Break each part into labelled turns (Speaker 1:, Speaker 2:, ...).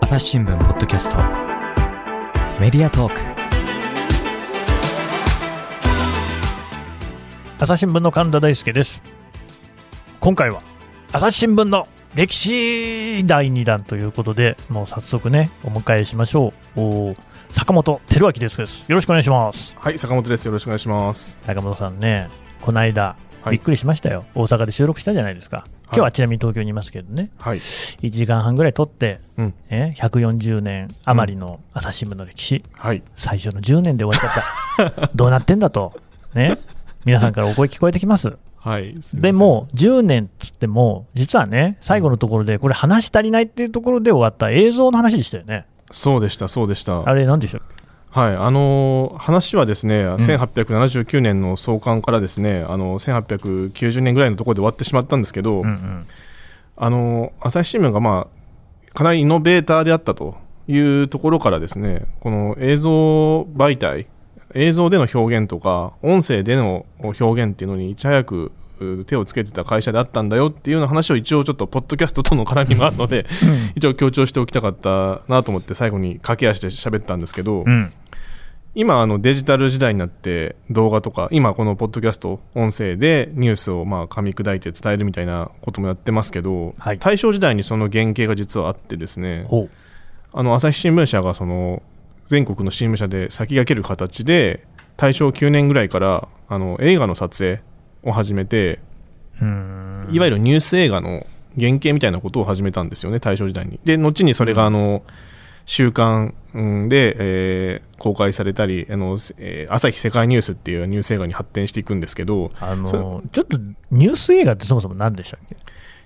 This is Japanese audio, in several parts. Speaker 1: 朝日新聞ポッドキャストメディアトーク
Speaker 2: 朝日新聞の神田大輔です今回は朝日新聞の歴史第2弾ということでもう早速ねお迎えしましょうおー坂本照明ですよろしくお願いします
Speaker 3: はい、坂本です。よろしくお願いします。
Speaker 2: 坂本さんねこの間
Speaker 3: はい
Speaker 2: びっくりしましたよ、大阪で収録したじゃないですか今日ははいちなみに東京にいますけどね、
Speaker 3: はい。
Speaker 2: 1時間半ぐらい撮って、
Speaker 3: うん。
Speaker 2: ね、140年余りの朝日新聞の歴史、
Speaker 3: はい。
Speaker 2: 最初の10年で終わっちゃった どうなってんだとね皆さんからお声聞こえてきます
Speaker 3: はい。すみま
Speaker 2: で
Speaker 3: せん、
Speaker 2: も、10年っつっても、実はね、最後のところで、これ、話し足りないっていうところで終わった映像の話でしたよね。
Speaker 3: そうでした、そうでした。
Speaker 2: あれ、なんでしたっ
Speaker 3: はい。あのー話はですね、1879年の創刊からですね、あのー、1890年ぐらいのところで終わってしまったんですけど、
Speaker 2: け、うんうん、
Speaker 3: あのー朝日新聞が、まあ、かなりイノベーターであったというところからですね、この映像媒体、映像での表現とか、音声での表現っていうのにいち早くう手をつけてた会社であったんだよっていうような話を一応ちょっとポッドキャストとの絡みがあるので、一応強調しておきたかったなと思って最後に駆け足で喋ったんですけど、
Speaker 2: うん、
Speaker 3: 今あのデジタル時代になって動画とか今このポッドキャスト音声でニュースをまあ噛み砕いて伝えるみたいなこともやってますけど、
Speaker 2: はい
Speaker 3: 大正時代にその原型が実はあってですね
Speaker 2: ほう、
Speaker 3: あの朝日新聞社がその全国の新聞社で先駆ける形で大正9年ぐらいからあの映画の撮影を始めて
Speaker 2: うーん、
Speaker 3: いわゆるニュース映画の原型みたいなことを始めたんですよね、大正時代に。で、後にそれがあの週刊うんで、えー公開されたりあの、えー朝日世界ニュースっていうニュース映画に発展していくんですけど、
Speaker 2: あの
Speaker 3: そ
Speaker 2: ちょっとニュース映画ってそもそも何でしたっけ、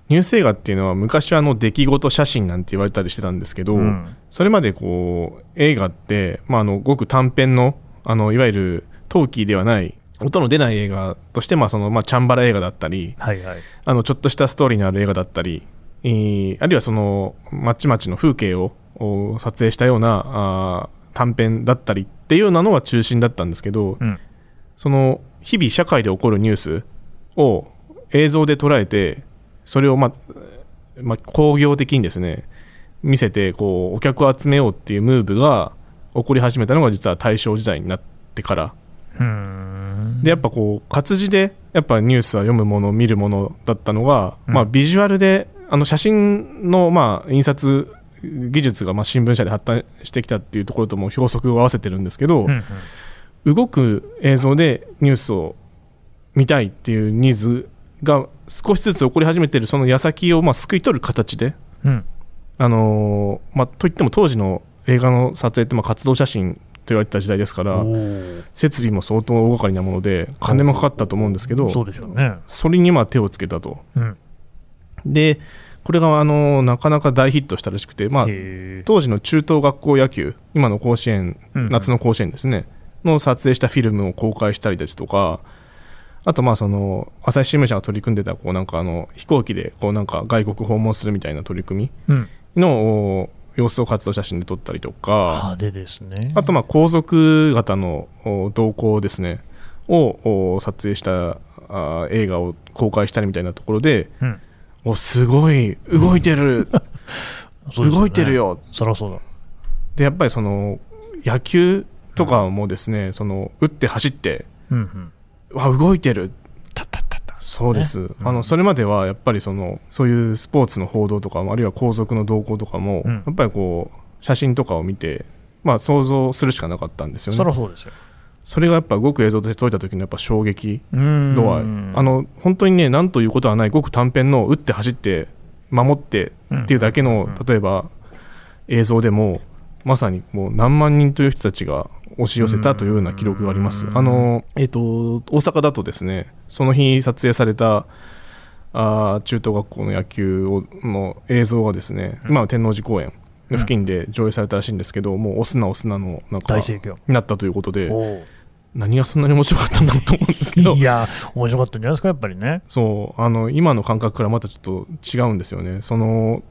Speaker 3: ニュース映画っていうのは昔はあの出来事写真なんて言われたりしてたんですけど、
Speaker 2: うん
Speaker 3: それまでこう映画って、まあ、あのごく短編のあのいわゆる陶器ではない音の出ない映画として、まあそのまあ、チャンバラ映画だったり、
Speaker 2: はいはい、
Speaker 3: あのちょっとしたストーリーのある映画だったり、えーあるいはそのまちまちの風景をお撮影したようなあー短編だったりっていうようなのが中心だったんですけど、
Speaker 2: うん、
Speaker 3: その日々社会で起こるニュースを映像で捉えてそれを、まま工業的にですね見せてこうお客を集めようっていうムーブが起こり始めたのが実は大正時代になってから
Speaker 2: うーん、
Speaker 3: でやっぱこう活字でやっぱニュースは読むもの見るものだったのが、
Speaker 2: うん
Speaker 3: まあ、ビジュアルであの写真のまあ印刷技術がまあ新聞社で発達してきたっていうところとも表則を合わせてるんですけ
Speaker 2: う
Speaker 3: ど、
Speaker 2: んうん
Speaker 3: 動く映像でニュースを見たいっていうニーズが少しずつ起こり始めてるその矢先をまあすくい取る形で
Speaker 2: うん、
Speaker 3: あのーまあ、といっても当時の映画の撮影ってまあ活動写真と言われてた時代ですから
Speaker 2: おー
Speaker 3: 設備も相当大掛かりなもので金もかかったと思うんですけど
Speaker 2: そうでしょうね、
Speaker 3: それにまあ手をつけたと
Speaker 2: うん、
Speaker 3: でこれがあのーなかなか大ヒットしたらしくて、まあ、
Speaker 2: へー
Speaker 3: 当時の中等学校野球今の甲子園
Speaker 2: うん
Speaker 3: 夏の甲子園ですねの撮影したフィルムを公開したりですとかあとまあその朝日新聞社が取り組んでたこうなんかあの飛行機でこうなんか外国訪問するみたいな取り組み
Speaker 2: うん、
Speaker 3: のお様子を活動写真で撮ったりとか、
Speaker 2: 派手ですね、
Speaker 3: あと、まあ皇族型のお動向ですね、をお撮影したあ映画を公開したりみたいなところで、
Speaker 2: うん
Speaker 3: おすごい、動い てる、
Speaker 2: そうですね
Speaker 3: 動いてるよ、
Speaker 2: そりゃそうだ、
Speaker 3: でやっぱりその野球とかもですね、その打って走って、
Speaker 2: うんうん、
Speaker 3: わ、動いてる。
Speaker 2: たったったった、
Speaker 3: そうです、
Speaker 2: ね
Speaker 3: あのそれまではやっぱりそのそういうスポーツの報道とかあるいは皇族の動向とかも、
Speaker 2: うん
Speaker 3: やっぱりこう写真とかを見て、まあ、想像するしかなかったんですよね
Speaker 2: そりゃそうですよ。
Speaker 3: それがやっぱごく映像で撮れた時のやっぱ衝撃
Speaker 2: うーん
Speaker 3: 度合いあの本当にねなんということはないごく短編の打って走って守ってっていうだけ
Speaker 2: う
Speaker 3: の、
Speaker 2: ん
Speaker 3: 例えば映像でもまさにもう何万人という人たちが押し寄せたというような記録があります。
Speaker 2: うん
Speaker 3: あのえっと大阪だとですねその日撮影されたあー中等学校の野球をの映像がですね、
Speaker 2: うん
Speaker 3: 今の天王寺公園の付近で上映されたらしいんですけど、もう押すな押すなのなんか
Speaker 2: 大
Speaker 3: に
Speaker 2: 盛況
Speaker 3: なったということで。
Speaker 2: おう
Speaker 3: 何がそんなに面白かったんだろうと思うんですけど
Speaker 2: いや面白かったんじゃないですかやっぱりね
Speaker 3: そうあの今の感覚からまたちょっと違うんですよねその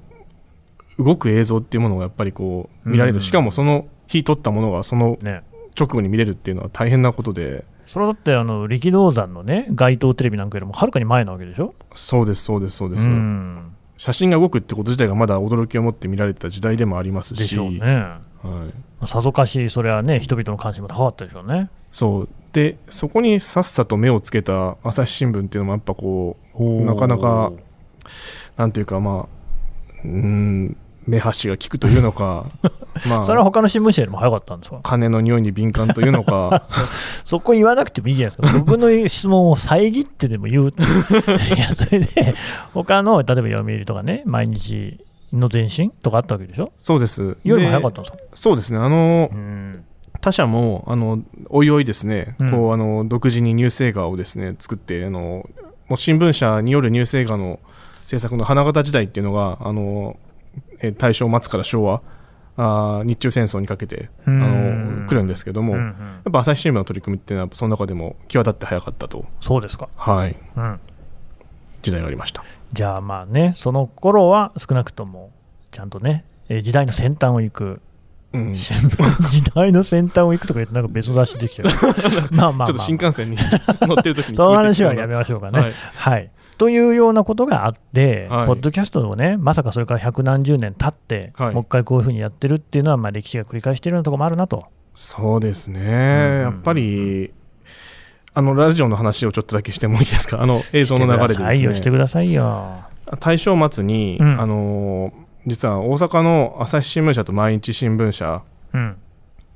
Speaker 3: 動く映像っていうものがやっぱりこう見られる、
Speaker 2: うん
Speaker 3: しかもその日撮ったものがその
Speaker 2: ね
Speaker 3: 直後に見れるっていうのは大変なことで
Speaker 2: それはだってあの力道山のね街頭テレビなんかよりもはるかに前なわけでしょ
Speaker 3: そうですそうですそうです、
Speaker 2: うん
Speaker 3: 写真が動くってこと自体がまだ驚きを持って見られてた時代でもありますし
Speaker 2: でしょうね。
Speaker 3: はい、
Speaker 2: さぞかし、それはね、人々の関心も高かったでしょうね。
Speaker 3: そうでそこにさっさと目をつけた朝日新聞っていうのもやっぱこうなかなかなんていうかまあうーん目端が利くという のかま
Speaker 2: それは
Speaker 3: あ
Speaker 2: 他の新聞社よりも早かったんですか
Speaker 3: 金の匂いに敏感という のか
Speaker 2: そこ言わなくてもいいじゃない ですか。僕の質問を遮ってでも言う。いや、それで、他の、例えば読売とかね、毎日の前進とかあったわけでしょ
Speaker 3: そうです
Speaker 2: よりも早かっ
Speaker 3: で
Speaker 2: たんですか
Speaker 3: そうですねあの
Speaker 2: うん。
Speaker 3: 他社もあのおいおいですね、
Speaker 2: うん
Speaker 3: こうあの独自にニュース映画をですね作ってあのもう新聞社によるニュース映画の制作の花形時代っていうのがあのえ大正末から昭和あー日中戦争にかけてあ
Speaker 2: うん
Speaker 3: の来るんですけども、
Speaker 2: うんう
Speaker 3: や
Speaker 2: ん
Speaker 3: っぱ朝日新聞の取り組みっていうのはその中でも際立って早かったと、
Speaker 2: そうですか。
Speaker 3: はい、
Speaker 2: うん。
Speaker 3: 時代がありました
Speaker 2: じゃあまあね、その頃は少なくとも、ちゃんとね、えー時代の先端を行く、
Speaker 3: うんち
Speaker 2: 新聞 時代の先端を行くとか言って、なんか別の雑誌できちゃう。 まあまあま
Speaker 3: ょ
Speaker 2: あ
Speaker 3: っと新幹線に 乗ってる時に聞いてき
Speaker 2: その話は
Speaker 3: うな
Speaker 2: やめましょうかね。
Speaker 3: はい
Speaker 2: はい。というようなことがあって、
Speaker 3: はい
Speaker 2: ポッドキャストをね、まさかそれから百何十年経って、
Speaker 3: はい
Speaker 2: もう一回こういうふうにやってるっていうのは、まあ、歴史が繰り返しているようなところもあるなと。
Speaker 3: そうです
Speaker 2: う
Speaker 3: ね、
Speaker 2: ん
Speaker 3: やっぱり、あのラジオの話をちょっとだけしてもいいですか、あ の映像の流れで
Speaker 2: はいよ、
Speaker 3: で
Speaker 2: し
Speaker 3: す
Speaker 2: て
Speaker 3: ね、
Speaker 2: くださいよ。
Speaker 3: 大正末に、
Speaker 2: うん
Speaker 3: あの実は大阪の朝日新聞社と毎日新聞社
Speaker 2: うん。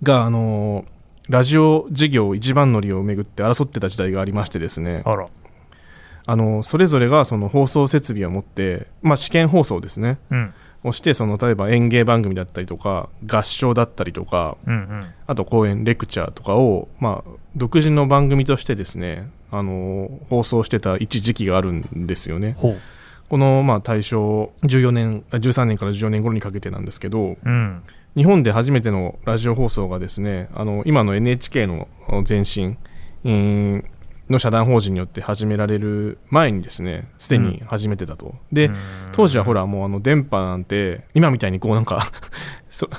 Speaker 3: が、あのラジオ事業一番乗りをめぐって争ってた時代がありましてですね、
Speaker 2: あら。
Speaker 3: あのそれぞれがその放送設備を持って、まあ、試験放送ですね、
Speaker 2: うん。
Speaker 3: をしてその、例えば演芸番組だったりとか、合唱だったりとか、
Speaker 2: うんうん。
Speaker 3: あと講演、レクチャーとかを、まあ、独自の番組としてですね、あの放送してた一時期があるんですよね。
Speaker 2: ほう。
Speaker 3: この、まあ、大正14年、あ13年から14年頃にかけてなんですけど、
Speaker 2: うん。
Speaker 3: 日本で初めてのラジオ放送がですね、あの今の NHK のあの前身、えーの社団法人によって始められる前にですね、すでに始めてたと。で
Speaker 2: うん、
Speaker 3: 当時はほらもうあの電波なんて今みたいにこうなんか そ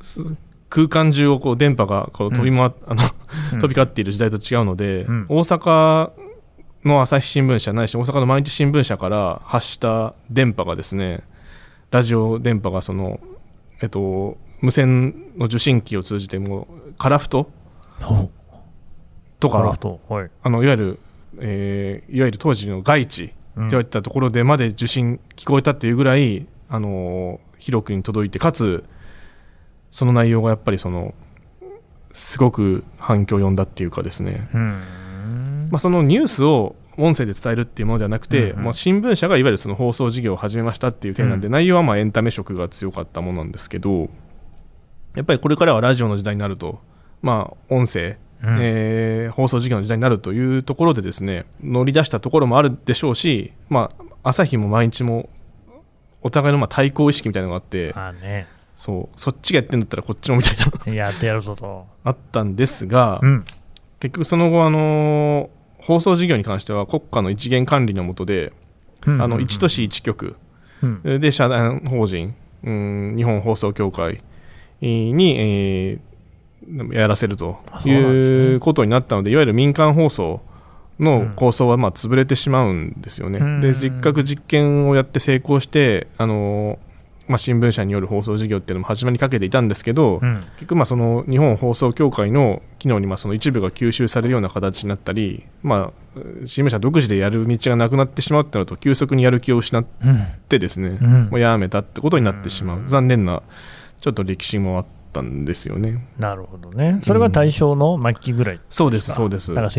Speaker 3: す空間中をこう電波がこう飛び回っ、あの飛び交っている時代と違うので、
Speaker 2: うん
Speaker 3: 大阪の朝日新聞社ないし大阪の毎日新聞社から発した電波がですねラジオ電波がそのえっと無線の受信機を通じてもうカラフト
Speaker 2: ほう。
Speaker 3: と
Speaker 2: カラ
Speaker 3: か
Speaker 2: フト。はい。
Speaker 3: あのいわゆる、えーいわゆる当時の外
Speaker 2: う
Speaker 3: 地
Speaker 2: ん
Speaker 3: って言われてたところでまで受信聞こえたっていうぐらい、あのー広くに届いてかつその内容がやっぱりそのすごく反響を呼んだっていうかですね、
Speaker 2: うん。
Speaker 3: まあ、そのニュースを音声で伝えるっていうものではなくて、
Speaker 2: うんうん
Speaker 3: まあ、新聞社がいわゆるその放送事業を始めましたっていう点なんで、
Speaker 2: うん
Speaker 3: 内容はまあエンタメ色が強かったものなんですけどやっぱりこれからはラジオの時代になると、まあ、音声
Speaker 2: うん
Speaker 3: えー放送事業の時代になるというところでですね乗り出したところもあるでしょうし、まあ、朝日も毎日もお互いのまあ対抗意識みたいなのがあって
Speaker 2: まあね。
Speaker 3: そうそっちがやってんだったらこっちもみたいな
Speaker 2: やってやるぞと。
Speaker 3: あったんですが
Speaker 2: うん。
Speaker 3: 結局その後、あのー放送事業に関しては国家の一元管理の下で、あの1都
Speaker 2: 市。
Speaker 3: 市1局
Speaker 2: うん。
Speaker 3: で社団法人、うん、日本放送協会に、えーやらせると
Speaker 2: あそう
Speaker 3: い
Speaker 2: なんですね
Speaker 3: うことになったのでいわゆる民間放送の構想はまあ潰れてしまうんですよね。
Speaker 2: うん
Speaker 3: で実格実験をやって成功して、あのまあ、新聞社による放送事業っていうのも始まりかけていたんですけど、
Speaker 2: うん。
Speaker 3: 結局まあその日本放送協会の機能にまあその一部が吸収されるような形になったり、まあ、新聞社独自でやる道がなくなってしまうってなると急速にやる気を失っ
Speaker 2: うん。
Speaker 3: ってですね、
Speaker 2: うん
Speaker 3: もうやめたってことになってしまう、残念なちょっと歴史もあったんですよね。
Speaker 2: なるほどね。それが大正の末期ぐらい
Speaker 3: そうです、そうです
Speaker 2: だ。から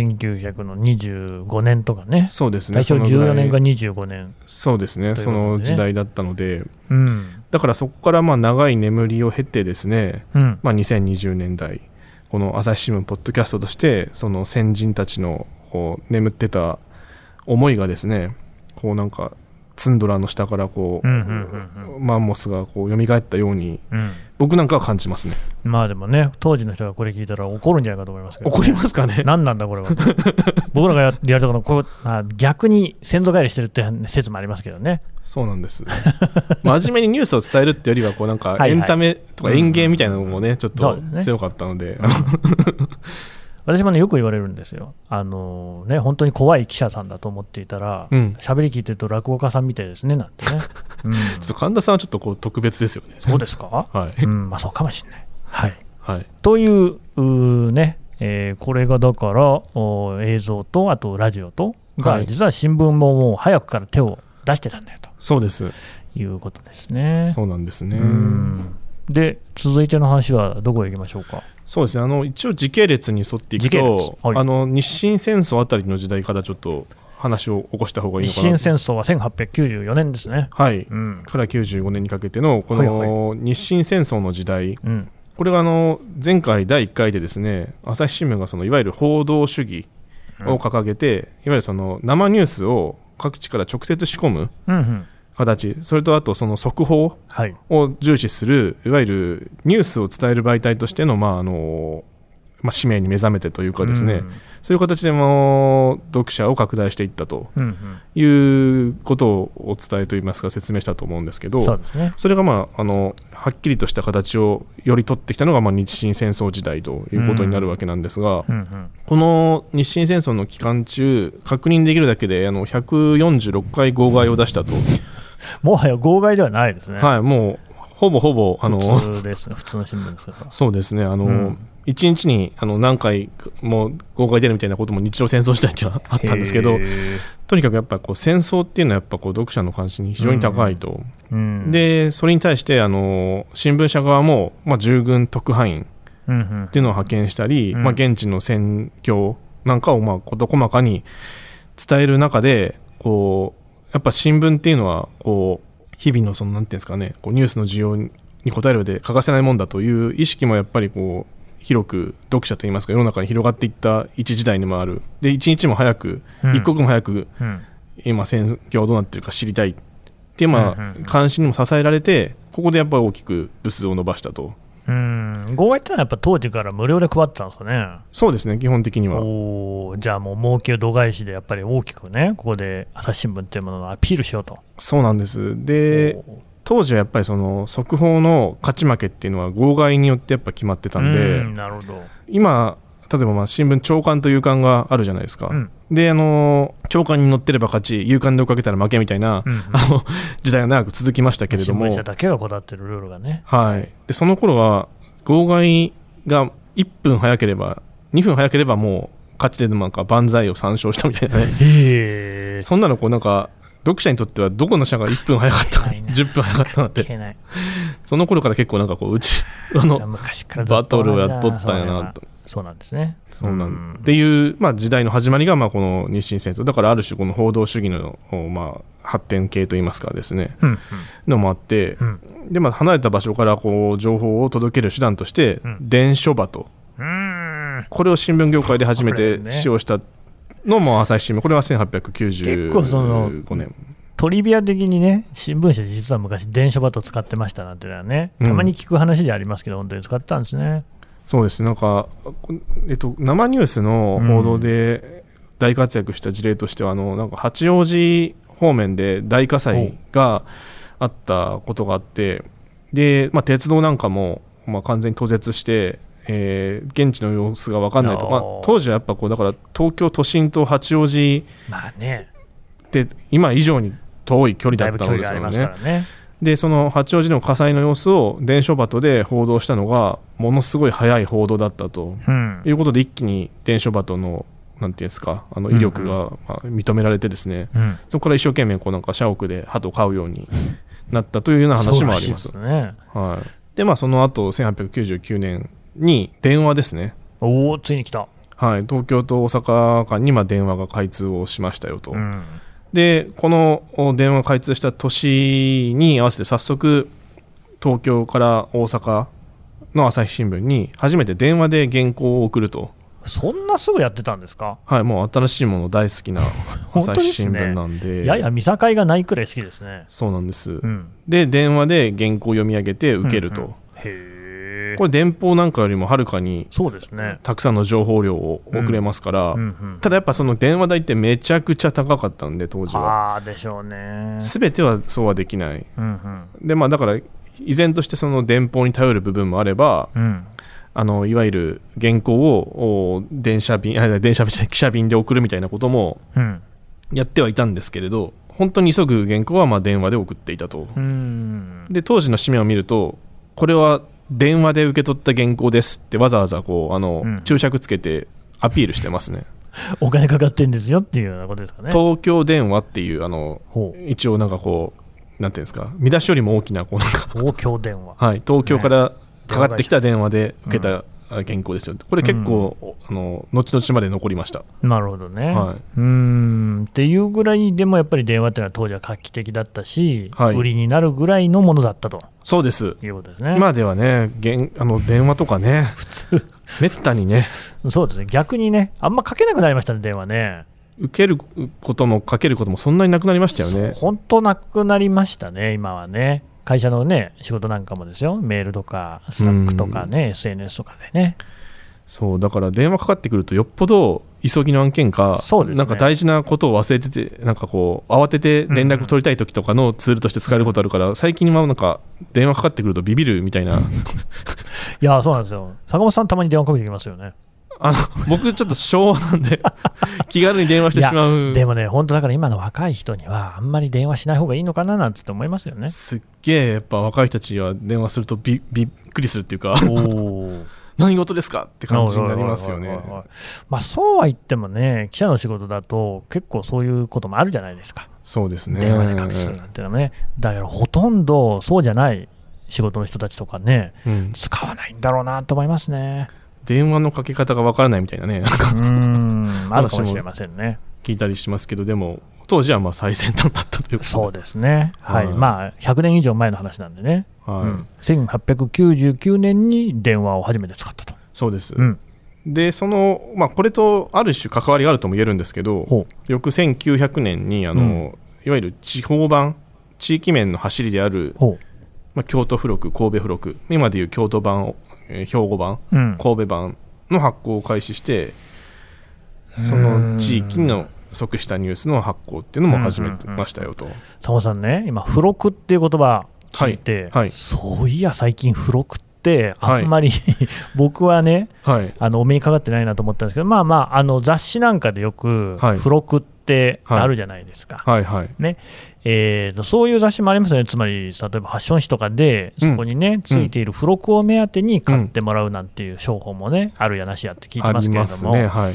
Speaker 2: 1925年とかね、
Speaker 3: そうですね。
Speaker 2: 大正
Speaker 3: そのぐら
Speaker 2: 14
Speaker 3: い
Speaker 2: 年か25年、
Speaker 3: そうですね、
Speaker 2: という
Speaker 3: そ
Speaker 2: ことでね
Speaker 3: の時代だったので、
Speaker 2: うん、
Speaker 3: だからそこからまあ長い眠りを経てですね、
Speaker 2: うん、
Speaker 3: まあ、2020年代、この朝日新聞ポッドキャストとして、その先人たちのこう眠ってた思いがですね、こうなんか、ツンドラの下からこう、
Speaker 2: うんうんうん
Speaker 3: マンモスがこう蘇ったように、
Speaker 2: うん、
Speaker 3: 僕なんかは感じますね。
Speaker 2: まあでもね、当時の人がこれ聞いたら怒るんじゃないかと思いますけど、
Speaker 3: 怒りますかね
Speaker 2: 何なんだこ れは、僕らがややるとこのこうあ逆に先祖返りしてるって説もありますけどね、
Speaker 3: そうなんです真面目にニュースを伝えるってよりはこうなん
Speaker 2: はい
Speaker 3: か
Speaker 2: はい
Speaker 3: エンタメとか演芸みたいなのもねちょっ
Speaker 2: そ
Speaker 3: と
Speaker 2: うですね
Speaker 3: 強かったので
Speaker 2: 私もねよく言われるんですよあのね本当に怖い記者さんだと思っていたら
Speaker 3: うん
Speaker 2: 喋、り聞いてると落語家さんみたいですねなん てね、うん、
Speaker 3: ちょっと神田さんはちょっとこう特別ですよね。
Speaker 2: そうですか、
Speaker 3: はい。
Speaker 2: うん、 まあそうかもしれない、はい、
Speaker 3: はい。
Speaker 2: といううーね、えーこれがだからおー映像とあとラジオとが、
Speaker 3: はい
Speaker 2: 実は新聞ももう早くから手を出してたんだよと
Speaker 3: そうです。
Speaker 2: いうことですね。
Speaker 3: そうなんですね
Speaker 2: う。んで続いての話はどこへ行きましょうか。
Speaker 3: そうですね。あの、一応時系列に沿っていく
Speaker 2: 時系列
Speaker 3: と、
Speaker 2: はい
Speaker 3: あの、日清戦争あたりの時代からちょっと話を起こした方がいい
Speaker 2: 日
Speaker 3: のかな。
Speaker 2: 清戦争は1894年ですね。
Speaker 3: はい。
Speaker 2: うん
Speaker 3: から95年にかけての、この日清戦争の時代、
Speaker 2: うん
Speaker 3: これはあの、前回第1回でですね、朝日新聞がその、いわゆる報道主義を掲げて、いわゆるその、生ニュースを各地から直接仕込む
Speaker 2: うんうん
Speaker 3: 形、それとあとその速報
Speaker 2: はい
Speaker 3: を重視するいわゆるニュースを伝える媒体としての,、まああのまあ、使命に目覚めてというかですね、そういう形でも読者を拡大していったと
Speaker 2: うんうん
Speaker 3: いうことをお伝えといいますか説明したと思うんですけ
Speaker 2: うん、そ
Speaker 3: ど
Speaker 2: うですね。
Speaker 3: それが、まあ、あのはっきりとした形をより取ってきたのが、まあ、日清戦争時代ということになるわけなんですが、
Speaker 2: うんうん
Speaker 3: この日清戦争の期間中確認できるだけであの146回号外を出したと、
Speaker 2: もはや号外ではないですね。
Speaker 3: はい、もうほぼほぼあの
Speaker 2: 普通です普通の新聞ですから。
Speaker 3: そうですね、あの、
Speaker 2: うん
Speaker 3: 1日にあの何回も号外出るみたいなことも日露戦争時代にはあったんですけど
Speaker 2: へ、ー
Speaker 3: とにかくやっぱこう戦争っていうのは、やっぱこう読者の関心に非常に高いと、
Speaker 2: うん、
Speaker 3: でそれに対してあの新聞社側も、まあ、従軍特派員
Speaker 2: うんうん
Speaker 3: っていうのを派遣したり、
Speaker 2: うん
Speaker 3: まあ、現地の戦況なんかをまあ事細かに伝える中で、こうやっぱ新聞っていうのはこう、日々のそのなんていうんですかね、こうニュースの需要に応える上で欠かせないもんだという意識もやっぱりこう広く読者といいますか、世の中に広がっていった一時代にもある、で一日も早く、
Speaker 2: うん
Speaker 3: 一刻も早く
Speaker 2: うん
Speaker 3: 今、戦況どうなってるか知りたいっていう、
Speaker 2: うんうん
Speaker 3: ま
Speaker 2: うん
Speaker 3: あ、関心にも支えられて、ここでやっぱり大きく部数を伸ばしたと。
Speaker 2: うん、号外ってのはやっぱ当時から無料で配ってたんですかね。
Speaker 3: そうですね基本的には
Speaker 2: おーじゃあもう儲けを度外視でやっぱり大きくね、ここで朝日新聞っていうものをアピールしようと。
Speaker 3: そうなんですで
Speaker 2: おー
Speaker 3: 当時はやっぱりその速報の勝ち負けっていうのは号外によってやっぱ決まってたんで、
Speaker 2: うんなるほど。
Speaker 3: 今例えばまあ新聞朝刊と夕刊があるじゃないですか、
Speaker 2: うん
Speaker 3: であの朝刊に載ってれば勝ち夕刊で追っかけたら負けみたいな、
Speaker 2: うんうん
Speaker 3: あの時代が長く続きましたけれど
Speaker 2: 新
Speaker 3: も
Speaker 2: 聞社だけがこだわってるルールがね。
Speaker 3: はい、でその頃は号外が1分早ければ2分早ければもう勝ちでなんか万歳を参照したみたいな ね
Speaker 2: へえ。
Speaker 3: そんなのこうなんか読者にとってはどこの社が1分早かった
Speaker 2: ないな
Speaker 3: 10分早かったなん
Speaker 2: 関
Speaker 3: て
Speaker 2: 係ない。
Speaker 3: その頃から結構なんかこう うちあの
Speaker 2: 昔からず
Speaker 3: バ
Speaker 2: 同
Speaker 3: ト
Speaker 2: じ
Speaker 3: ルを
Speaker 2: だ
Speaker 3: やっとったんやなと。
Speaker 2: そうなんですね。
Speaker 3: そうな
Speaker 2: うんん
Speaker 3: っていう、まあ、時代の始まりが、まあ、この日清戦争だからある種この報道主義の、まあ、発展系といいますかですね
Speaker 2: うんうん
Speaker 3: のもあって
Speaker 2: う、ん
Speaker 3: でまあ、離れた場所からこう情報を届ける手段として、
Speaker 2: うん
Speaker 3: 伝書バと
Speaker 2: うん
Speaker 3: これを新聞業界で初め
Speaker 2: こ
Speaker 3: て
Speaker 2: れね
Speaker 3: 使用したのも朝日新聞これは
Speaker 2: 結構その
Speaker 3: 1895年
Speaker 2: トリビア的にね、新聞社実は昔、電書バト使ってましたなんていうのはね、
Speaker 3: うん
Speaker 2: たまに聞く話でありますけど、本当に使ってたんですね。
Speaker 3: そうですなんか、こえっと、生ニュースの報道で大活躍した事例としては、あのなんか八王子方面で大火災があったことがあってで、まあ、鉄道なんかも、まあ、完全に途絶して、えー現地の様子が分かんないと、
Speaker 2: あー
Speaker 3: まあ、当時はやっぱこうだから東京都心と八王子
Speaker 2: まあね、
Speaker 3: って今以上に遠い距離
Speaker 2: だい
Speaker 3: だ
Speaker 2: ぶ
Speaker 3: った
Speaker 2: 距
Speaker 3: の
Speaker 2: 離
Speaker 3: で
Speaker 2: が
Speaker 3: す
Speaker 2: あり
Speaker 3: よ
Speaker 2: ますか
Speaker 3: ね。
Speaker 2: らね。
Speaker 3: でその八王子の火災の様子を伝書バトで報道したのがものすごい早い報道だったと。
Speaker 2: うん
Speaker 3: ということで、一気に伝書バトの、なんていうんですか、あの威力がまあ認められてですね、
Speaker 2: うん
Speaker 3: そこから一生懸命、こうなんか社屋で鳩を飼うようになったというような話もあります。
Speaker 2: そうらしいですね、
Speaker 3: はい、で、まあ、その後、1899年に電話ですね。
Speaker 2: おお、ついに来た。
Speaker 3: はい、東京と大阪間にまあ電話が開通をしましたよと、
Speaker 2: うん
Speaker 3: でこのお電話が開通した年に合わせて早速東京から大阪の朝日新聞に初めて電話で原稿を送ると
Speaker 2: そんなすぐやってたんですか、
Speaker 3: はい、もう新しいもの大好きな
Speaker 2: 本当
Speaker 3: 朝
Speaker 2: ですね
Speaker 3: 日新聞なんで、
Speaker 2: やや見境がないくらい好きですね。
Speaker 3: そうなんです、
Speaker 2: うん、
Speaker 3: で、電話で原稿を読み上げて受けると、
Speaker 2: うんうんへえ、
Speaker 3: これ、電報なんかよりもはるかに
Speaker 2: そうですね。
Speaker 3: たくさんの情報量を送れますから、
Speaker 2: うんうん
Speaker 3: ただやっぱその電話代ってめちゃくちゃ高かったんで、当時は。
Speaker 2: ああ、でしょうね。
Speaker 3: すべてはそうはできない。
Speaker 2: うんうん
Speaker 3: で、まあだから、依然としてその電報に頼る部分もあれば、
Speaker 2: うん
Speaker 3: あのいわゆる原稿をお電車便あ電車便じゃない汽車便で送るみたいなことも
Speaker 2: うん
Speaker 3: やってはいたんですけれど本当に急ぐ原稿はまあ電話で送っていたと、
Speaker 2: うん
Speaker 3: で当時の紙面を見るとこれは電話で受け取った原稿ですってわざわざこうあの、
Speaker 2: うん
Speaker 3: 注釈つけてアピールしてますね
Speaker 2: お金かかってんですよっていうようなことですかね。
Speaker 3: 東京電話っていうあの
Speaker 2: ほう
Speaker 3: 一応なんかこうなんていうんですか見出しよりも大きなこうなんか、
Speaker 2: 東京電話。
Speaker 3: はい、東京からかかってきた電話で受けたあ原稿ですよ、これ結構、あの後々まで残りました、
Speaker 2: なるほどね、
Speaker 3: はいう
Speaker 2: ーんっていうぐらいでもやっぱり電話っていうのは当時は画期的だったし、
Speaker 3: はい
Speaker 2: 売りになるぐらいのものだったと
Speaker 3: そうです
Speaker 2: いうことですね。
Speaker 3: 今ではね現あの電話とかね
Speaker 2: 普通、
Speaker 3: めったにね
Speaker 2: そうですね、逆にね、あんまかけなくなりましたね、電話ね。
Speaker 3: 受けることもかけることもそんなになくなりましたよね
Speaker 2: 本当なくなりましたね、今はね。会社のね、仕事なんかもですよ、メールとか、スラックとかね、SNS とかでね。
Speaker 3: そうだから電話かかってくるとよっぽど急ぎの案件か、
Speaker 2: そうですね
Speaker 3: なんか大事なことを忘れててなんかこう慌てて連絡取りたい時とかのツールとして使えることあるから、最近はなんか電話かかってくるとビビるみた いな
Speaker 2: いや、そうなんですよ、坂本さん、たまに電話かけてきますよね。
Speaker 3: あの僕ちょっと昭和なんで気軽に電話してしまう、
Speaker 2: でもね、本当だから今の若い人には、あんまり電話しない方がいいのかななんて思いますよね。
Speaker 3: すっげえやっぱ若い人たちは電話するとびびっくりするっていうか
Speaker 2: お
Speaker 3: 何事ですかって感じになりますよ
Speaker 2: はい
Speaker 3: ね
Speaker 2: はいはいはいまあ、そうは言ってもね、記者の仕事だと、結構そういうこともあるじゃないですか、
Speaker 3: そうですね
Speaker 2: 電話で隠すなんていうのはね、だからほとんどそうじゃない仕事の人たちとかね、
Speaker 3: うん
Speaker 2: 使わないんだろうなと思います ね。
Speaker 3: 電話のかけ方がわからないみたいなね
Speaker 2: う ーん、あるかもしれませんね。
Speaker 3: 聞いたりしますけどでも当時はまあ最先端だったということで
Speaker 2: そうですね、はい
Speaker 3: はい
Speaker 2: まあ、100年以上前の話なんでね、
Speaker 3: はい
Speaker 2: うん1899年に電話を初めて使ったと。
Speaker 3: そうです、
Speaker 2: うん、
Speaker 3: でその、まあ、これとある種関わりがあるとも言えるんですけど
Speaker 2: ほ
Speaker 3: 翌1900年にあの、いわゆる地方版地域面の走りである
Speaker 2: う、ほ
Speaker 3: まあ、京都付録神戸付録今でいう京都版、をえー兵庫版
Speaker 2: う、うん、
Speaker 3: 神戸版の発行を開始してその地域の即したニュースの発行っていうのも始めてましたよと、
Speaker 2: 佐野さんね、今、付録っていう言葉聞いて、
Speaker 3: はいはい
Speaker 2: そういや、最近、付録って、あんまり、 僕はね、
Speaker 3: はい
Speaker 2: あのお目にかかってないなと思ったんですけど、まあまあ、あの雑誌なんかでよく、
Speaker 3: はい
Speaker 2: 付録ってあるじゃないですか。
Speaker 3: はいはい
Speaker 2: ねえーとそういう雑誌もありますよね、つまり例えばファッション誌とかで、そこにね、ついている付録を目当てに買ってもらうなんていう商法もね、あるやなしやって聞いて
Speaker 3: あ
Speaker 2: ます
Speaker 3: り
Speaker 2: けれ
Speaker 3: ま
Speaker 2: ど
Speaker 3: す
Speaker 2: も、
Speaker 3: ねはい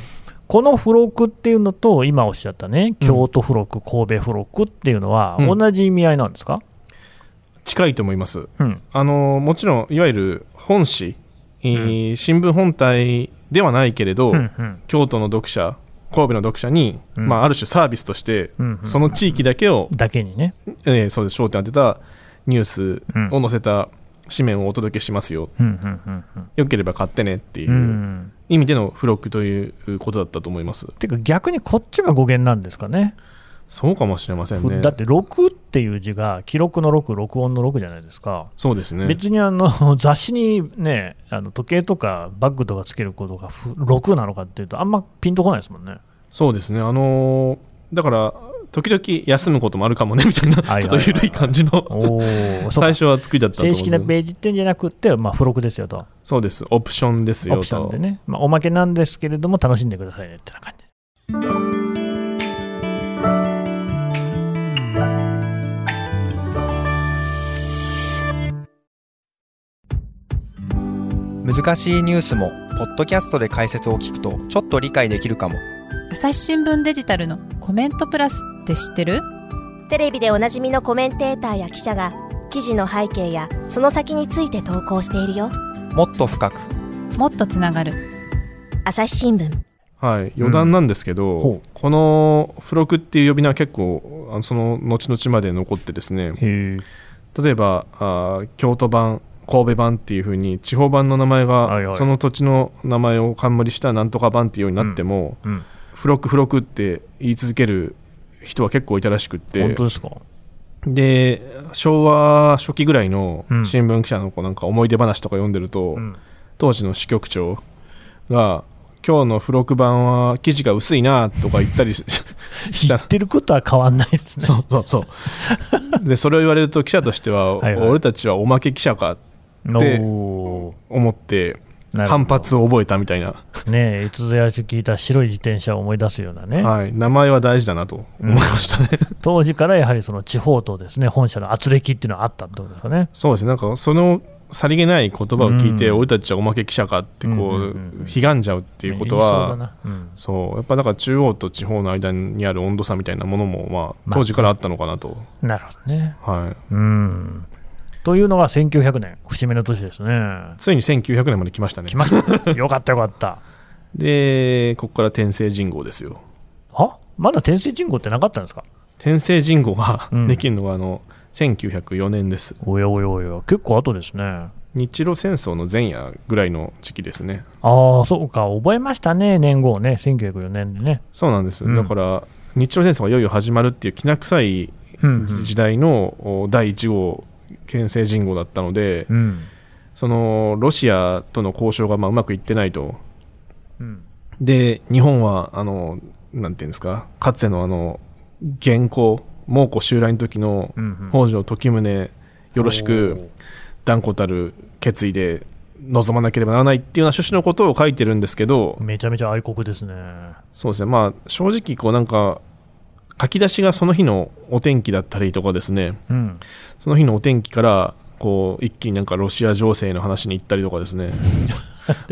Speaker 2: この付録っていうのと、今おっしゃったね、京都付録、神戸付録っていうのは、
Speaker 3: うん
Speaker 2: 同じ意味合いなんですか、
Speaker 3: 近いと思います
Speaker 2: うん、
Speaker 3: あのもちろんいわゆる本誌、えー新聞本体ではないけれど、
Speaker 2: うんうん
Speaker 3: 京都の読者神戸の読者に、
Speaker 2: うん
Speaker 3: まあ、ある種サービスとして、
Speaker 2: うんうん
Speaker 3: その地域だけを、
Speaker 2: だけにね、
Speaker 3: えーそうです焦点を当てたニュースを載せた紙面をお届けしますよ、
Speaker 2: うんうんうんうん、
Speaker 3: よければ買ってねっていううん意味での付録ということだったと思います
Speaker 2: てか逆にこっちが語源なんですかね
Speaker 3: そうかもしれませんね
Speaker 2: だって6っていう字が記録の6録音の6じゃないですか、
Speaker 3: そうですね
Speaker 2: 別にあの 雑誌にねあの時計とかバッグとかつけることがふ6なのかっていうとあんまピンとこないですもんね
Speaker 3: そうですねあのーだから時々休むこともあるかもねみたいな、
Speaker 2: は いはいはいはい
Speaker 3: ちょっと緩い感じの
Speaker 2: おお
Speaker 3: 最初は作りだったと思う
Speaker 2: 正
Speaker 3: ん
Speaker 2: 式な
Speaker 3: です
Speaker 2: ページっていうんじゃなくって、まあ、付録ですよと
Speaker 3: そうですオプションですよ
Speaker 2: オ
Speaker 3: と
Speaker 2: プションでね、まあ、おまけなんですけれども楽しんでくださいねってな感じ
Speaker 4: 難しいニュースもポッドキャストで解説を聞くとちょっと理解できるかも
Speaker 5: 朝日新聞デジタルのコメントプラスって知ってる
Speaker 6: テレビでおなじみのコメンテーターや記者が記事の背景やその先について投稿しているよ
Speaker 4: もっと深く
Speaker 5: もっとつながる
Speaker 6: 朝日新聞
Speaker 3: はい余談なんですけど、
Speaker 2: ほ
Speaker 3: この付録っていう呼び名は結構あのその後々まで残ってです
Speaker 2: へ
Speaker 3: ね
Speaker 2: え
Speaker 3: 例えばあー京都版神戸版っていうふうに地方版の名前が、
Speaker 2: はいはい
Speaker 3: その土地の名前を冠したなんとか版っていうようになっても、
Speaker 2: うん
Speaker 3: 付録付録って言い続ける人は結構いたらしくって
Speaker 2: 本当ですか
Speaker 3: で昭和初期ぐらいの
Speaker 2: うん
Speaker 3: 新聞記者のこうなんか思い出話とか読んでると、
Speaker 2: うん
Speaker 3: 当時の支局長が今日の付録版は記事が薄いなとか言った りしし
Speaker 2: 言
Speaker 3: た
Speaker 2: ってることは変わんないですね
Speaker 3: そうそうそうでそれを言われると記者としては
Speaker 2: はいはい
Speaker 3: 俺たちはおまけ記者か
Speaker 2: お
Speaker 3: で
Speaker 2: ー
Speaker 3: 思って
Speaker 2: なるほど
Speaker 3: 反発を覚えたみたいな、
Speaker 2: ねえいつぞやし聞いた白い自転車を思い出すようなね、
Speaker 3: はい、名前は大事だなと思いましたね、
Speaker 2: 当時からやはりその地方とですね本社の圧力っていうのはあったってことですかね。
Speaker 3: そうですねなんかそのさりげない言葉を聞いて、
Speaker 2: うん
Speaker 3: 俺たちはおまけ記者かってこう、
Speaker 2: うんうんうんうん
Speaker 3: ひがんじゃうっていうこと
Speaker 2: 言いそうだ
Speaker 3: は
Speaker 2: なうん
Speaker 3: そうやっぱだから中央と地方の間にある温度差みたいなものも、まあ、
Speaker 2: まあ
Speaker 3: 当時からあったのかなと、
Speaker 2: なるほどね。
Speaker 3: はい、
Speaker 2: うんというのが1900年節目の年 ですね。
Speaker 3: ついに1900年まで来ましたね
Speaker 2: 来ました。よかったよかった。
Speaker 3: でここから天聖人号ですよ
Speaker 2: あまだ天聖人口ってなかったんですか
Speaker 3: 天聖人号が
Speaker 2: うん
Speaker 3: できるのがあの1904年です
Speaker 2: おやおやおや結構後ですね。あ
Speaker 3: 日露戦争の前夜ぐらいの時期ですね
Speaker 2: あそうか覚えましたね年号をね1904年でね。
Speaker 3: そうなんです、
Speaker 2: うん
Speaker 3: だから日露戦争がいよいよ始まるっていうきな臭い
Speaker 2: うん
Speaker 3: 時代のお第1号憲政人号だったので、
Speaker 2: うん
Speaker 3: そのロシアとの交渉がまあうまくいってないと
Speaker 2: うん
Speaker 3: で日本はあのなんていうんですかかつてのあの元寇蒙古襲来の時の
Speaker 2: うんうん
Speaker 3: 北条時宗よろしく断固たる決意で望まなければならないっていうような趣旨のことを書いてるんですけど
Speaker 2: めちゃめちゃ愛国ですね。
Speaker 3: そうですねまあ正直こうなんか書き出しがその日のお天気だったりとかですね
Speaker 2: うん
Speaker 3: その日のお天気からこう一気になんかロシア情勢の話に行ったりとか ですね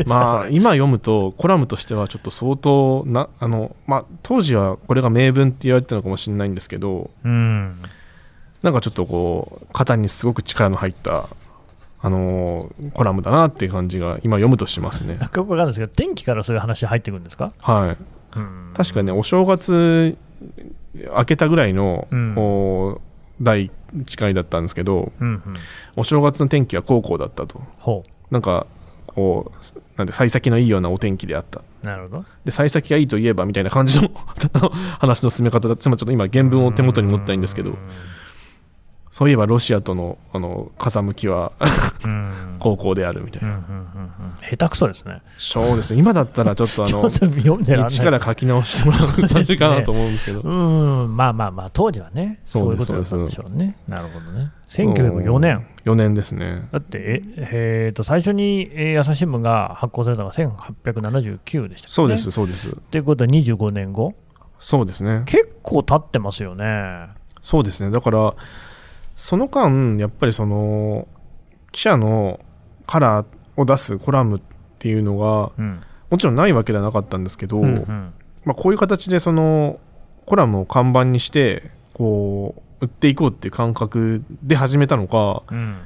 Speaker 3: まあ今読むとコラムとしてはちょっと相当なあの、まあ、当時はこれが名文って言われてたのかもしれないんですけど
Speaker 2: うん
Speaker 3: なんかちょっとこう肩にすごく力の入ったあのーコラムだなっていう感じが今読むとしま すね
Speaker 2: なんかよくわかんないですけど、天気からそういう話入ってくるんですか、
Speaker 3: はい
Speaker 2: うん
Speaker 3: 確かねお正月明けたぐらいの、
Speaker 2: うん
Speaker 3: お第1回だったんですけど
Speaker 2: うんうん、
Speaker 3: お正月の天気は高校だったと
Speaker 2: ほ
Speaker 3: なんかこうなんて幸先のいいようなお天気であった
Speaker 2: う、なるほど。
Speaker 3: で幸先がいいといえばみたいな感じの あの話の進め方だつまりちょっと今原文を手元に持ってないんですけどそういえばロシアとのあの風向きは
Speaker 2: うん
Speaker 3: 高校であるみたい
Speaker 2: うんう
Speaker 3: なん
Speaker 2: うんうん下手くそですね。
Speaker 3: そうですね今だったらちょっと あ
Speaker 2: ちょ
Speaker 3: の
Speaker 2: っと読んでらんないです
Speaker 3: 一から書き直してもらう感じかなと思うんですけ ど
Speaker 2: うん、まあまあまあ、当時はね、そ
Speaker 3: そうう
Speaker 2: いう
Speaker 3: で
Speaker 2: こ
Speaker 3: す
Speaker 2: とだったんでしょうね。なるほどね。
Speaker 3: う
Speaker 2: 1904
Speaker 3: ん
Speaker 2: 年。
Speaker 3: 4年ですね
Speaker 2: だって、ええーと最初に、えー朝日新聞が発行されたのが1879でしたっけね
Speaker 3: そうです。そうです
Speaker 2: ということは25年後、
Speaker 3: そうですね
Speaker 2: 結構経ってますよね。
Speaker 3: そうですねだからその間やっぱりその記者のカラーを出すコラムっていうのが
Speaker 2: うん
Speaker 3: もちろんないわけではなかったんですけど、
Speaker 2: うんうん
Speaker 3: まあ、こういう形でそのコラムを看板にしてこう売っていこうっていう感覚で始めたのか
Speaker 2: うん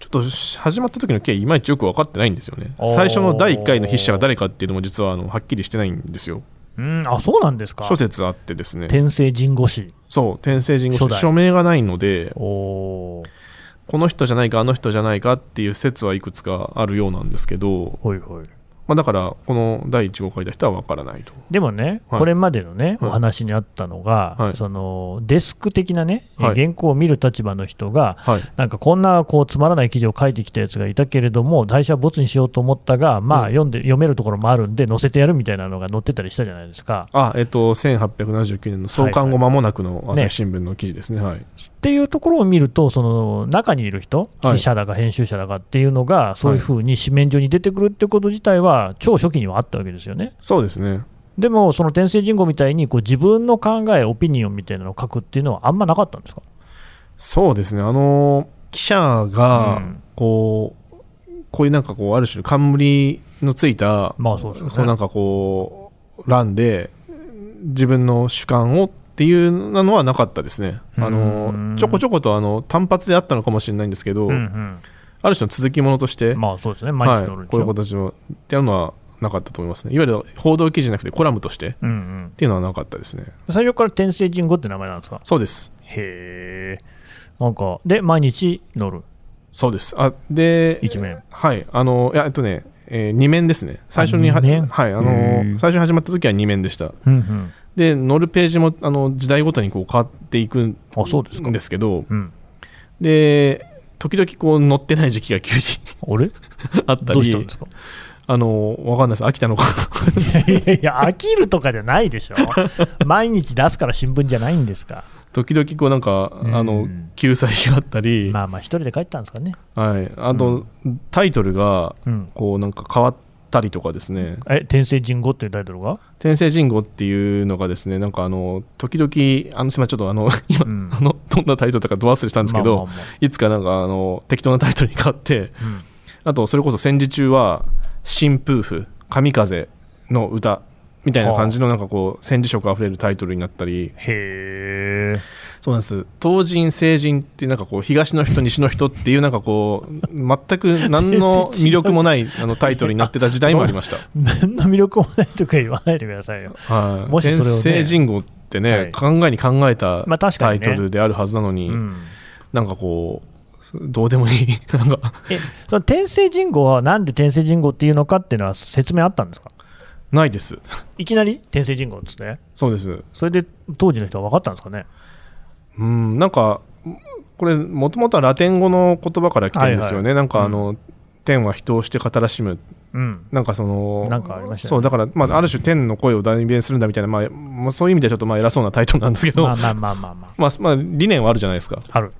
Speaker 3: ちょっと始まった時の経緯いまいちよく分かってないんですよね
Speaker 2: おー
Speaker 3: 最初の第1回の筆者が誰かっていうのも実はあのはっきりしてないんですよ
Speaker 2: うん、あそうなんですか。
Speaker 3: 諸説あってですね
Speaker 2: 天聖人語師。
Speaker 3: そう天聖人
Speaker 2: 初
Speaker 3: 語
Speaker 2: 代
Speaker 3: 署名がないので
Speaker 2: おー
Speaker 3: この人じゃないかあの人じゃないかっていう説はいくつかあるようなんですけど、
Speaker 2: ほいほい。
Speaker 3: まあ、だからこの第1号書いた人は分からないと
Speaker 2: でもね、
Speaker 3: はい
Speaker 2: これまでのね、
Speaker 3: はい
Speaker 2: お話にあったのが、
Speaker 3: はい
Speaker 2: そのデスク的なね、えー
Speaker 3: はい
Speaker 2: 原稿を見る立場の人が、
Speaker 3: はい
Speaker 2: なんかこんなこうつまらない記事を書いてきたやつがいたけれども、最初はボツにしようと思ったが、まあ
Speaker 3: うん
Speaker 2: 読んで、読めるところもあるんで、載せてやるみたいなのが載ってたりしたじゃないですか。
Speaker 3: あえっと1879年の創刊後間もなくの
Speaker 2: い
Speaker 3: 朝日新聞の記事ですね,、はい
Speaker 2: っていうところを見ると、その中にいる人、
Speaker 3: はい
Speaker 2: 記者だか編集者だかっていうのが、そういうふうに紙面上に出てくるってこと自体は、超初期にはあったわけですよね。
Speaker 3: そうですね
Speaker 2: でも、その天聖人語みたいにこう自分の考え、オピニオンみたいなのを書くっていうのはあんまなかったんですか
Speaker 3: そうですねあの記者
Speaker 2: う
Speaker 3: が
Speaker 2: ん
Speaker 3: こう、こういうなんかこうある種冠のついた、
Speaker 2: まあそうです
Speaker 3: こ
Speaker 2: よ
Speaker 3: うな
Speaker 2: ね
Speaker 3: ん。かこう欄で自分の主観をっていうのはなかったですねあ
Speaker 2: うん
Speaker 3: のちょこちょことあの単発であったのかもしれないんですけど、
Speaker 2: うん
Speaker 3: ある種の続きものとし
Speaker 2: う
Speaker 3: て、
Speaker 2: ん、まあそうですね、毎日乗る
Speaker 3: は
Speaker 2: ん
Speaker 3: い、
Speaker 2: でし
Speaker 3: こうい
Speaker 2: ょ、
Speaker 3: う形をっていうのはなかったと思いますねいわゆる報道記事じゃなくてコラムとしてっ
Speaker 2: うんうん、
Speaker 3: ていうのはなかったですね
Speaker 2: 最初から天聖人語って名前なんですか
Speaker 3: そうです
Speaker 2: へえ。なんか、で、毎日乗る。
Speaker 3: そうですあで
Speaker 2: 一面
Speaker 3: はいあのいやえっとね、え2面ですね最初に
Speaker 2: あ二面
Speaker 3: はいあ
Speaker 2: へー
Speaker 3: の最初に始まった時は2面でした
Speaker 2: うんうん。
Speaker 3: で乗るページもあの時代ごとにこう変わっていくん
Speaker 2: あ、そうですか。
Speaker 3: ですけど
Speaker 2: うん。
Speaker 3: で時々こう乗ってない時期が急に
Speaker 2: あれ
Speaker 3: あった
Speaker 2: どうしたん
Speaker 3: り
Speaker 2: ですか
Speaker 3: あのわかんないです飽きたのか
Speaker 2: いやいや、飽きるとかじゃないでしょ。毎日出すから新聞じゃないんですか。
Speaker 3: 時々こうなんか
Speaker 2: うん
Speaker 3: あの救済があったり、
Speaker 2: まあまあ、一人で帰ったんですかね。
Speaker 3: はい、あと、タイトルが
Speaker 2: うん。
Speaker 3: こうなんか変わったりとかですね
Speaker 2: え、天聖人語っていうタイトルが、
Speaker 3: 「天聖人語」っていうのがですねなんかあの時々あのすいませんちょっとあの 今、
Speaker 2: うん
Speaker 3: あのどんなタイトルだかド忘れしたんですけど、
Speaker 2: まあまあま
Speaker 3: いつかなんかあの適当なタイトルに変わって
Speaker 2: あうん
Speaker 3: あとそれこそ戦時中は新夫婦神風の歌みたいな感じのなんかこう戦時色あふれるタイトルになったり
Speaker 2: へえ
Speaker 3: そうなんです東人西人ってなんかこう東の人西の人っていうなんかこう全く 何の魅力もないあのタイトルになってた時代もありました。
Speaker 2: 何の魅力もないとか言わないでくださいよ
Speaker 3: はい、
Speaker 2: もしそれをね
Speaker 3: 天聖人語ってね、
Speaker 2: はい
Speaker 3: 考えに考えた
Speaker 2: まあ確か
Speaker 3: タ
Speaker 2: に
Speaker 3: イ
Speaker 2: ね
Speaker 3: トルであるはずなのに、
Speaker 2: うん
Speaker 3: なんかこうどうでもいい なんか
Speaker 2: えその天聖人語はなんで天聖人語っていうのかっていうのは説明あったんですか
Speaker 3: ないです
Speaker 2: いきなり天聖人語っつってね
Speaker 3: そうです
Speaker 2: それで当時の人は分かったんですかね
Speaker 3: うんなんかこれもともとはラテン語の言葉から来てるんですよ
Speaker 2: はいは
Speaker 3: ね、
Speaker 2: い
Speaker 3: なんかあの、天は人をして語らしむ
Speaker 2: うん
Speaker 3: なんかその
Speaker 2: なんかありましたよね
Speaker 3: そうだから、まあ、ある種天の声を代弁するんだみたいな、まあまあ、そういう意味ではちょっとまあ偉そうなタイトルなんですけど、
Speaker 2: ま
Speaker 3: ま
Speaker 2: あ
Speaker 3: あ
Speaker 2: まあまあまあまあ
Speaker 3: まあ、理念はあるじゃないですか
Speaker 2: ある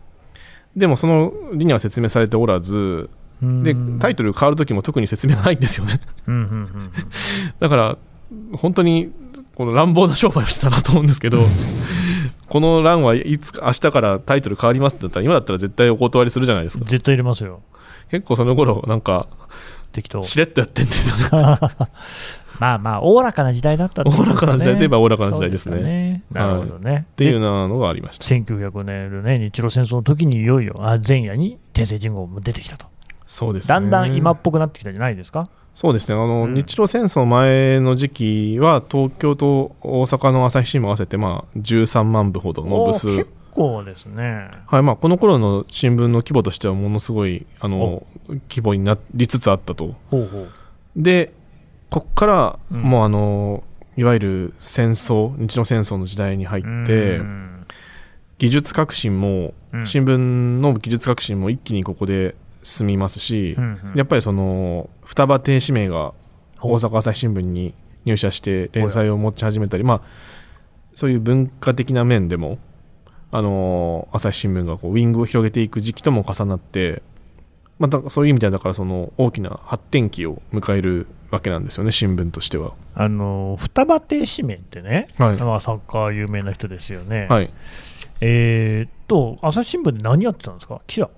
Speaker 3: でもその理念は説明されておらずでタイ
Speaker 2: ト
Speaker 3: トル変わる時も特に説明はないんですよね
Speaker 2: うんうんうんうん
Speaker 3: だから本当にこの乱暴な商売をしてたなと思うんです けどこの欄はいつか明日からタイトル変わりますってなったら今だったら絶対お断りするじゃないですか
Speaker 2: 絶対入れますよ
Speaker 3: 結構その頃なんか
Speaker 2: 適当
Speaker 3: しれっとやってんですよね
Speaker 2: まあまあおおらかな時代だったってこと
Speaker 3: おおらかな時代といえばおおらかな時代ですね
Speaker 2: そうよなるほどね、
Speaker 3: ってい
Speaker 2: で
Speaker 3: うようなのがありました
Speaker 2: 1900年のね日露戦争の時にいよいよあ前夜に天聖人号も出てきたと
Speaker 3: そうですね
Speaker 2: だんだん今っぽくなってきたんじゃないですか
Speaker 3: そうですねあの、
Speaker 2: うん
Speaker 3: 日露戦争前の時期は東京と大阪の朝日新聞合わせてまあ13万部ほどの
Speaker 2: お
Speaker 3: 部
Speaker 2: ー
Speaker 3: 数
Speaker 2: 結構ですね
Speaker 3: はいまあ、この頃の新聞の規模としてはものすごいあの規模になりつつあったと
Speaker 2: ほうほう
Speaker 3: でここから、
Speaker 2: うん
Speaker 3: もうあのいわゆる戦争日露戦争の時代に入って
Speaker 2: うん
Speaker 3: 技術革新も、
Speaker 2: うん
Speaker 3: 新聞の技術革新も一気にここで進みますし、
Speaker 2: うんうん
Speaker 3: やっぱりその双葉亭指名が大阪朝日新聞に入社して連載を持ち始めたり、まあ、そういう文化的な面でも、あのー朝日新聞がこうウィングを広げていく時期とも重なって、まあ、だそういう意味ではだからその大きな発展期を迎えるわけなんですよね新聞としては。
Speaker 2: あの双葉亭指名ってね、
Speaker 3: はい
Speaker 2: まあ、サッカー有名な人ですよね、
Speaker 3: はい、
Speaker 2: えーっと朝日新聞で何やってたんですか記者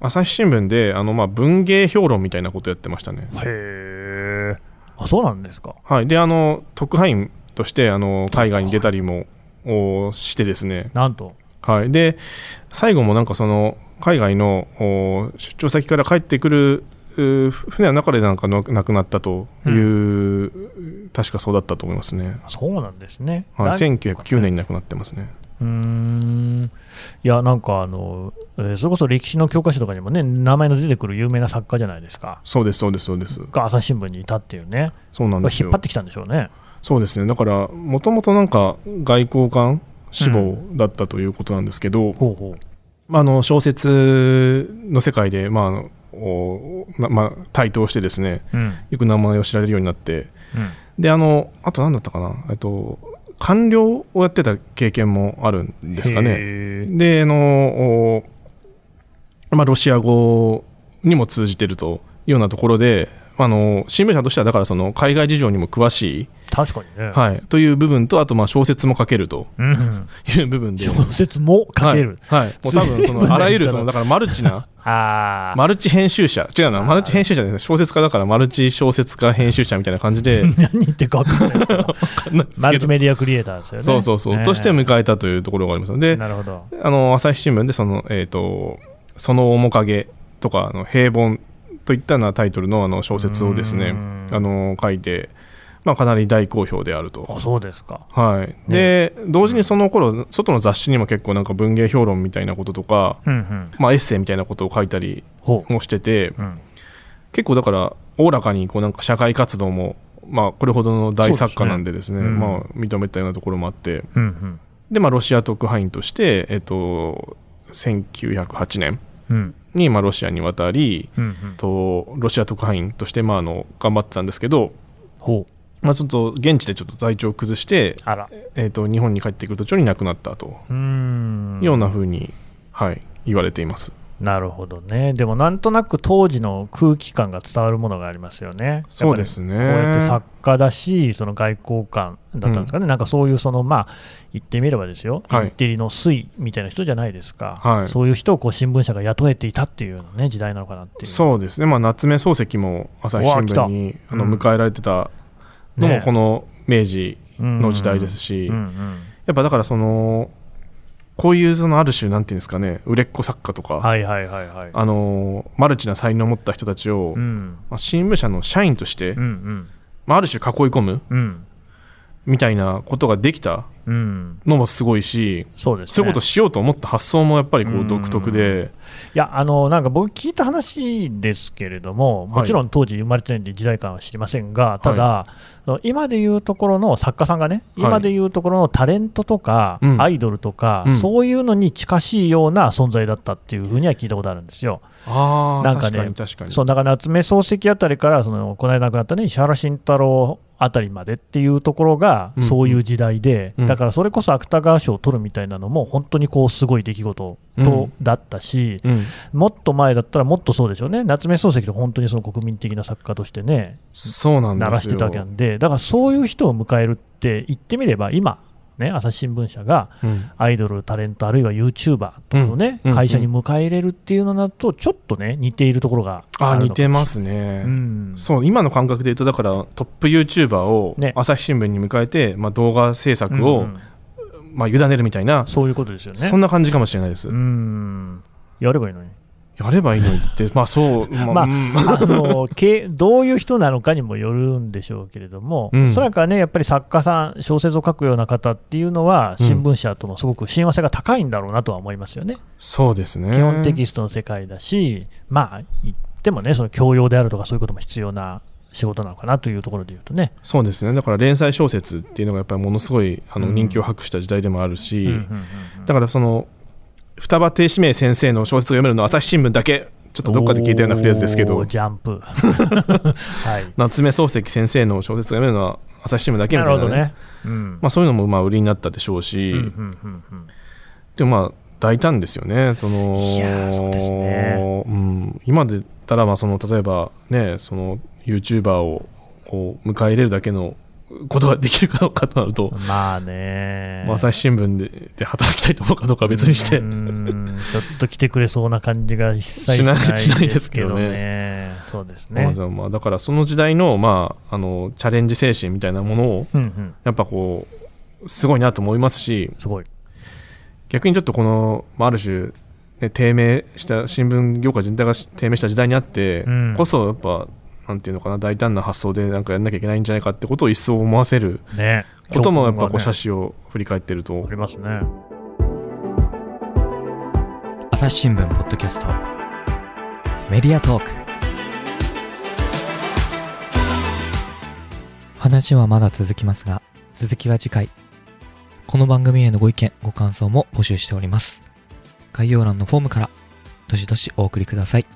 Speaker 3: 朝日新聞であのまあ文芸評論みたいなことやってましたね。
Speaker 2: へえあそうなんですか
Speaker 3: はい、であの特派員としてあの海外に出たりもおしてですね、
Speaker 2: なんと
Speaker 3: はい、で最後もなんかその海外のお出張先から帰ってくるう船の中でなんかの亡くなったという、確かそうだったと思いますね、
Speaker 2: そうなんですね、
Speaker 3: はい、
Speaker 2: なん
Speaker 3: 1909年に亡くなってますね
Speaker 2: うーんいやなんかあの、えーそれこそ歴史の教科書とかにもね名前の出てくる有名な作家じゃないですか
Speaker 3: そうですそうですそうです
Speaker 2: が朝日新聞にいたっていうね
Speaker 3: そうなん
Speaker 2: これ
Speaker 3: です
Speaker 2: 引
Speaker 3: よ
Speaker 2: っ張ってきたんでしょうね
Speaker 3: そうですねだからもともとなんか外交官志望だったということなんですけど、
Speaker 2: ほうほ
Speaker 3: まあ、あの小説の世界で、まああのおなまあ、台頭してですね
Speaker 2: う、うん
Speaker 3: よく名前を知られるようになって
Speaker 2: うん
Speaker 3: であのあと何だったかなえっと官僚をやってた経験もあるんですかね
Speaker 2: へー
Speaker 3: であの、おまあ、ロシア語にも通じてるというようなところであの新聞社としてはだからその海外事情にも詳しい、
Speaker 2: 確かにね、
Speaker 3: はい、という部分とあとまあ小説も書けると
Speaker 2: うん、
Speaker 3: いう部分で
Speaker 2: 小説も書ける、
Speaker 3: はい、はいもう多分そ
Speaker 2: 随分
Speaker 3: のあらゆるその
Speaker 2: な
Speaker 3: だからマルチな
Speaker 2: ああ、
Speaker 3: マルチ編集者違うな
Speaker 2: あー
Speaker 3: マルチ編集者じゃない小説家だからマルチ小説家編集者みたいな感じで
Speaker 2: 何言ってるか分かんない ですけど
Speaker 3: なんです
Speaker 2: マ
Speaker 3: け
Speaker 2: ルチ
Speaker 3: ど
Speaker 2: メディアクリエイターですよね
Speaker 3: そうそうそう、
Speaker 2: ね
Speaker 3: として迎えたというところがありますので
Speaker 2: なるほど
Speaker 3: あの朝日新聞でその,、えーと「その面影」とかあの「平凡」といったようなタイトルのあの小説をです
Speaker 2: う
Speaker 3: ね
Speaker 2: ん
Speaker 3: あの書いて、まあ、かなり大好評であると。
Speaker 2: あそうですか
Speaker 3: はい、で、同時にその頃外の雑誌にも結構なんか文芸評論みたいなこととか、
Speaker 2: うんうん
Speaker 3: まあ、エッセイみたいなことを書いたり
Speaker 2: ほう
Speaker 3: もしてて
Speaker 2: うん
Speaker 3: 結構だからおおらかにこうなんか社会活動も、まあ、これほどの大作家なんでですね
Speaker 2: そうですねうん
Speaker 3: まあ、認めたようなところもあって、
Speaker 2: うんうん
Speaker 3: で、まあ、ロシア特派員として、えっと、1908年
Speaker 2: うん
Speaker 3: に、まあ、ロシアに渡り、
Speaker 2: うんうん
Speaker 3: とロシア特派員として、まあ、あの頑張ってたんですけど、
Speaker 2: ほう
Speaker 3: まあ、ちょっと現地でちょっと体調を崩して、
Speaker 2: あら
Speaker 3: えっと、日本に帰ってくる途中に亡くなったと
Speaker 2: うーん
Speaker 3: いうようなふうに、はい、言われています。
Speaker 2: なるほどね。でもなんとなく当時の空気感が伝わるものがありますよね。
Speaker 3: そうですね。
Speaker 2: やっぱりこうやって作家だし、その外交官だったんですかね、なんかそういうその、まあ、言ってみればですよ、
Speaker 3: はい
Speaker 2: インテリの粋みたいな人じゃないですか、
Speaker 3: はい
Speaker 2: そういう人をこう新聞社が雇えていたっていうようなね、時代なのかなっていう。
Speaker 3: そうですね、まあ、夏目漱石も朝日新聞に
Speaker 2: た
Speaker 3: あの
Speaker 2: うん
Speaker 3: 迎えられてたのもこの明治の時代ですし、
Speaker 2: うんうん
Speaker 3: やっぱだからそのこういうそのある種なんていうんですかね売れっ子作家とか、
Speaker 2: はいはいはいはい。
Speaker 3: あのマルチな才能を持った人たちを、
Speaker 2: うん
Speaker 3: まあ新聞社の社員として、
Speaker 2: うん
Speaker 3: まあ、ある種囲い込む
Speaker 2: うんうん
Speaker 3: みたいなことができた
Speaker 2: うん、
Speaker 3: のもすごいし、
Speaker 2: そうですね。
Speaker 3: そういうことをしようと思った発想もやっぱりこ
Speaker 2: うん
Speaker 3: う独特で、
Speaker 2: いや、あの、なんか僕聞いた話ですけれども、もちろん当時生まれてないんで時代感は知りませんが、ただ、その今でいうところの作家さんがね、
Speaker 3: はい
Speaker 2: 今でいうところのタレントとか、
Speaker 3: うん
Speaker 2: アイドルとか、
Speaker 3: うん
Speaker 2: そういうのに近しいような存在だったっていうふうには聞いたことあるんですよ。
Speaker 3: ああ
Speaker 2: なんかね
Speaker 3: 確かに確かに
Speaker 2: そうだから夏目漱石あたりからそのこの間亡くなったね石原慎太郎あたりまでっていうところが
Speaker 3: うん
Speaker 2: そういう時代で、
Speaker 3: うん
Speaker 2: だからそれこそ芥川賞を取るみたいなのも本当にこうすごい出来事と、
Speaker 3: う
Speaker 2: だったし、
Speaker 3: うん
Speaker 2: もっと前だったらもっとそうでしょうね夏目漱石と本当にその国民的な作家としてね
Speaker 3: そうなん
Speaker 2: 鳴
Speaker 3: で
Speaker 2: ら
Speaker 3: す
Speaker 2: し
Speaker 3: よ
Speaker 2: てたわけなんでだからそういう人を迎えるって言ってみれば今ね朝日新聞社が
Speaker 3: うん
Speaker 2: アイドル、タレント、あるいはユーチューバーとかをね、
Speaker 3: うんうん
Speaker 2: 会社に迎え入れるっていうのだと、ちょっとね、似ているところがあ
Speaker 3: あ
Speaker 2: るの
Speaker 3: ー
Speaker 2: かも
Speaker 3: 似てますね、
Speaker 2: うん、
Speaker 3: そう今の感覚で言うとだからトップ YouTuber を
Speaker 2: ね
Speaker 3: 朝日新聞に迎えて、まあ、動画制作を、
Speaker 2: うんうん
Speaker 3: まあ、委ねるみたいな、
Speaker 2: そういうことですよね。
Speaker 3: そんな感じかもしれないです、
Speaker 2: うんやればいいのに。
Speaker 3: やればいいの にってまあそうま
Speaker 2: まあ
Speaker 3: うん
Speaker 2: あのけどういう人なのかにもよるんでしょうけれども、
Speaker 3: うん
Speaker 2: おそらくはね、やっぱり作家さん、小説を書くような方っていうのは、
Speaker 3: うん
Speaker 2: 新聞社とのすごく親和性が高いんだろうなとは思いますよね、
Speaker 3: そうですね
Speaker 2: 基本テキストの世界だし、まあ、言ってもね、その教養であるとか、そういうことも必要な仕事なのかなというところでいうとね。
Speaker 3: そうですねだから連載小説っていうのがやっぱりものすごいあの
Speaker 2: うん
Speaker 3: 人気を博した時代でもあるし、
Speaker 2: うんうんうんうん
Speaker 3: だからその双葉亭志明先生の小説を読めるのは朝日新聞だけちょっとどっかで聞いたようなフレーズですけ
Speaker 2: お
Speaker 3: ど
Speaker 2: ージャン プ。はい。
Speaker 3: 夏目漱石先生の小説を読めるのは朝日新聞だけみ
Speaker 2: な
Speaker 3: たい
Speaker 2: る
Speaker 3: な、
Speaker 2: ほどね。うん
Speaker 3: まあ、そういうのもまあ売りになったでしょうし、
Speaker 2: うんうんうんうん
Speaker 3: でもまあ大胆ですよねその
Speaker 2: いやーそうですね
Speaker 3: うん、今で言ったらまあその例えばねその YouTuber をこう迎え入れるだけのことができるかどうかとなると、
Speaker 2: まあね
Speaker 3: まあ、朝日新聞でで働きたいと思うかどうかは別にして、
Speaker 2: うーんちょっと来てくれそうな感じが一切し
Speaker 3: し
Speaker 2: な
Speaker 3: ないい
Speaker 2: し
Speaker 3: し
Speaker 2: な
Speaker 3: ないい
Speaker 2: で
Speaker 3: ですす
Speaker 2: け
Speaker 3: け
Speaker 2: ど
Speaker 3: ど
Speaker 2: ね。そうです
Speaker 3: ま
Speaker 2: ね
Speaker 3: あ。じゃあまあだからその時代の,、まあ、あのチャレンジ精神みたいなものを
Speaker 2: うんうん、
Speaker 3: やっぱこうすごいなと思いますし
Speaker 2: すごい。
Speaker 3: 逆にちょっとこの、まあ、ある種、ね、低迷した新聞業界全体がし低迷した時代にあって、
Speaker 2: うん
Speaker 3: こそやっぱなんていうのかな大胆な発想でなんかやんなきゃいけないんじゃないかってことを一層思わせる
Speaker 2: ね。
Speaker 3: こともやっぱこ
Speaker 2: 教訓が
Speaker 3: う写
Speaker 2: ね
Speaker 3: 真を振り返ってると
Speaker 2: ありますね。
Speaker 1: 朝日新聞ポッドキャストメディアトーク話はまだ続きますが続きは次回この番組へのご意見ご感想も募集しております概要欄のフォームからどしどしお送りください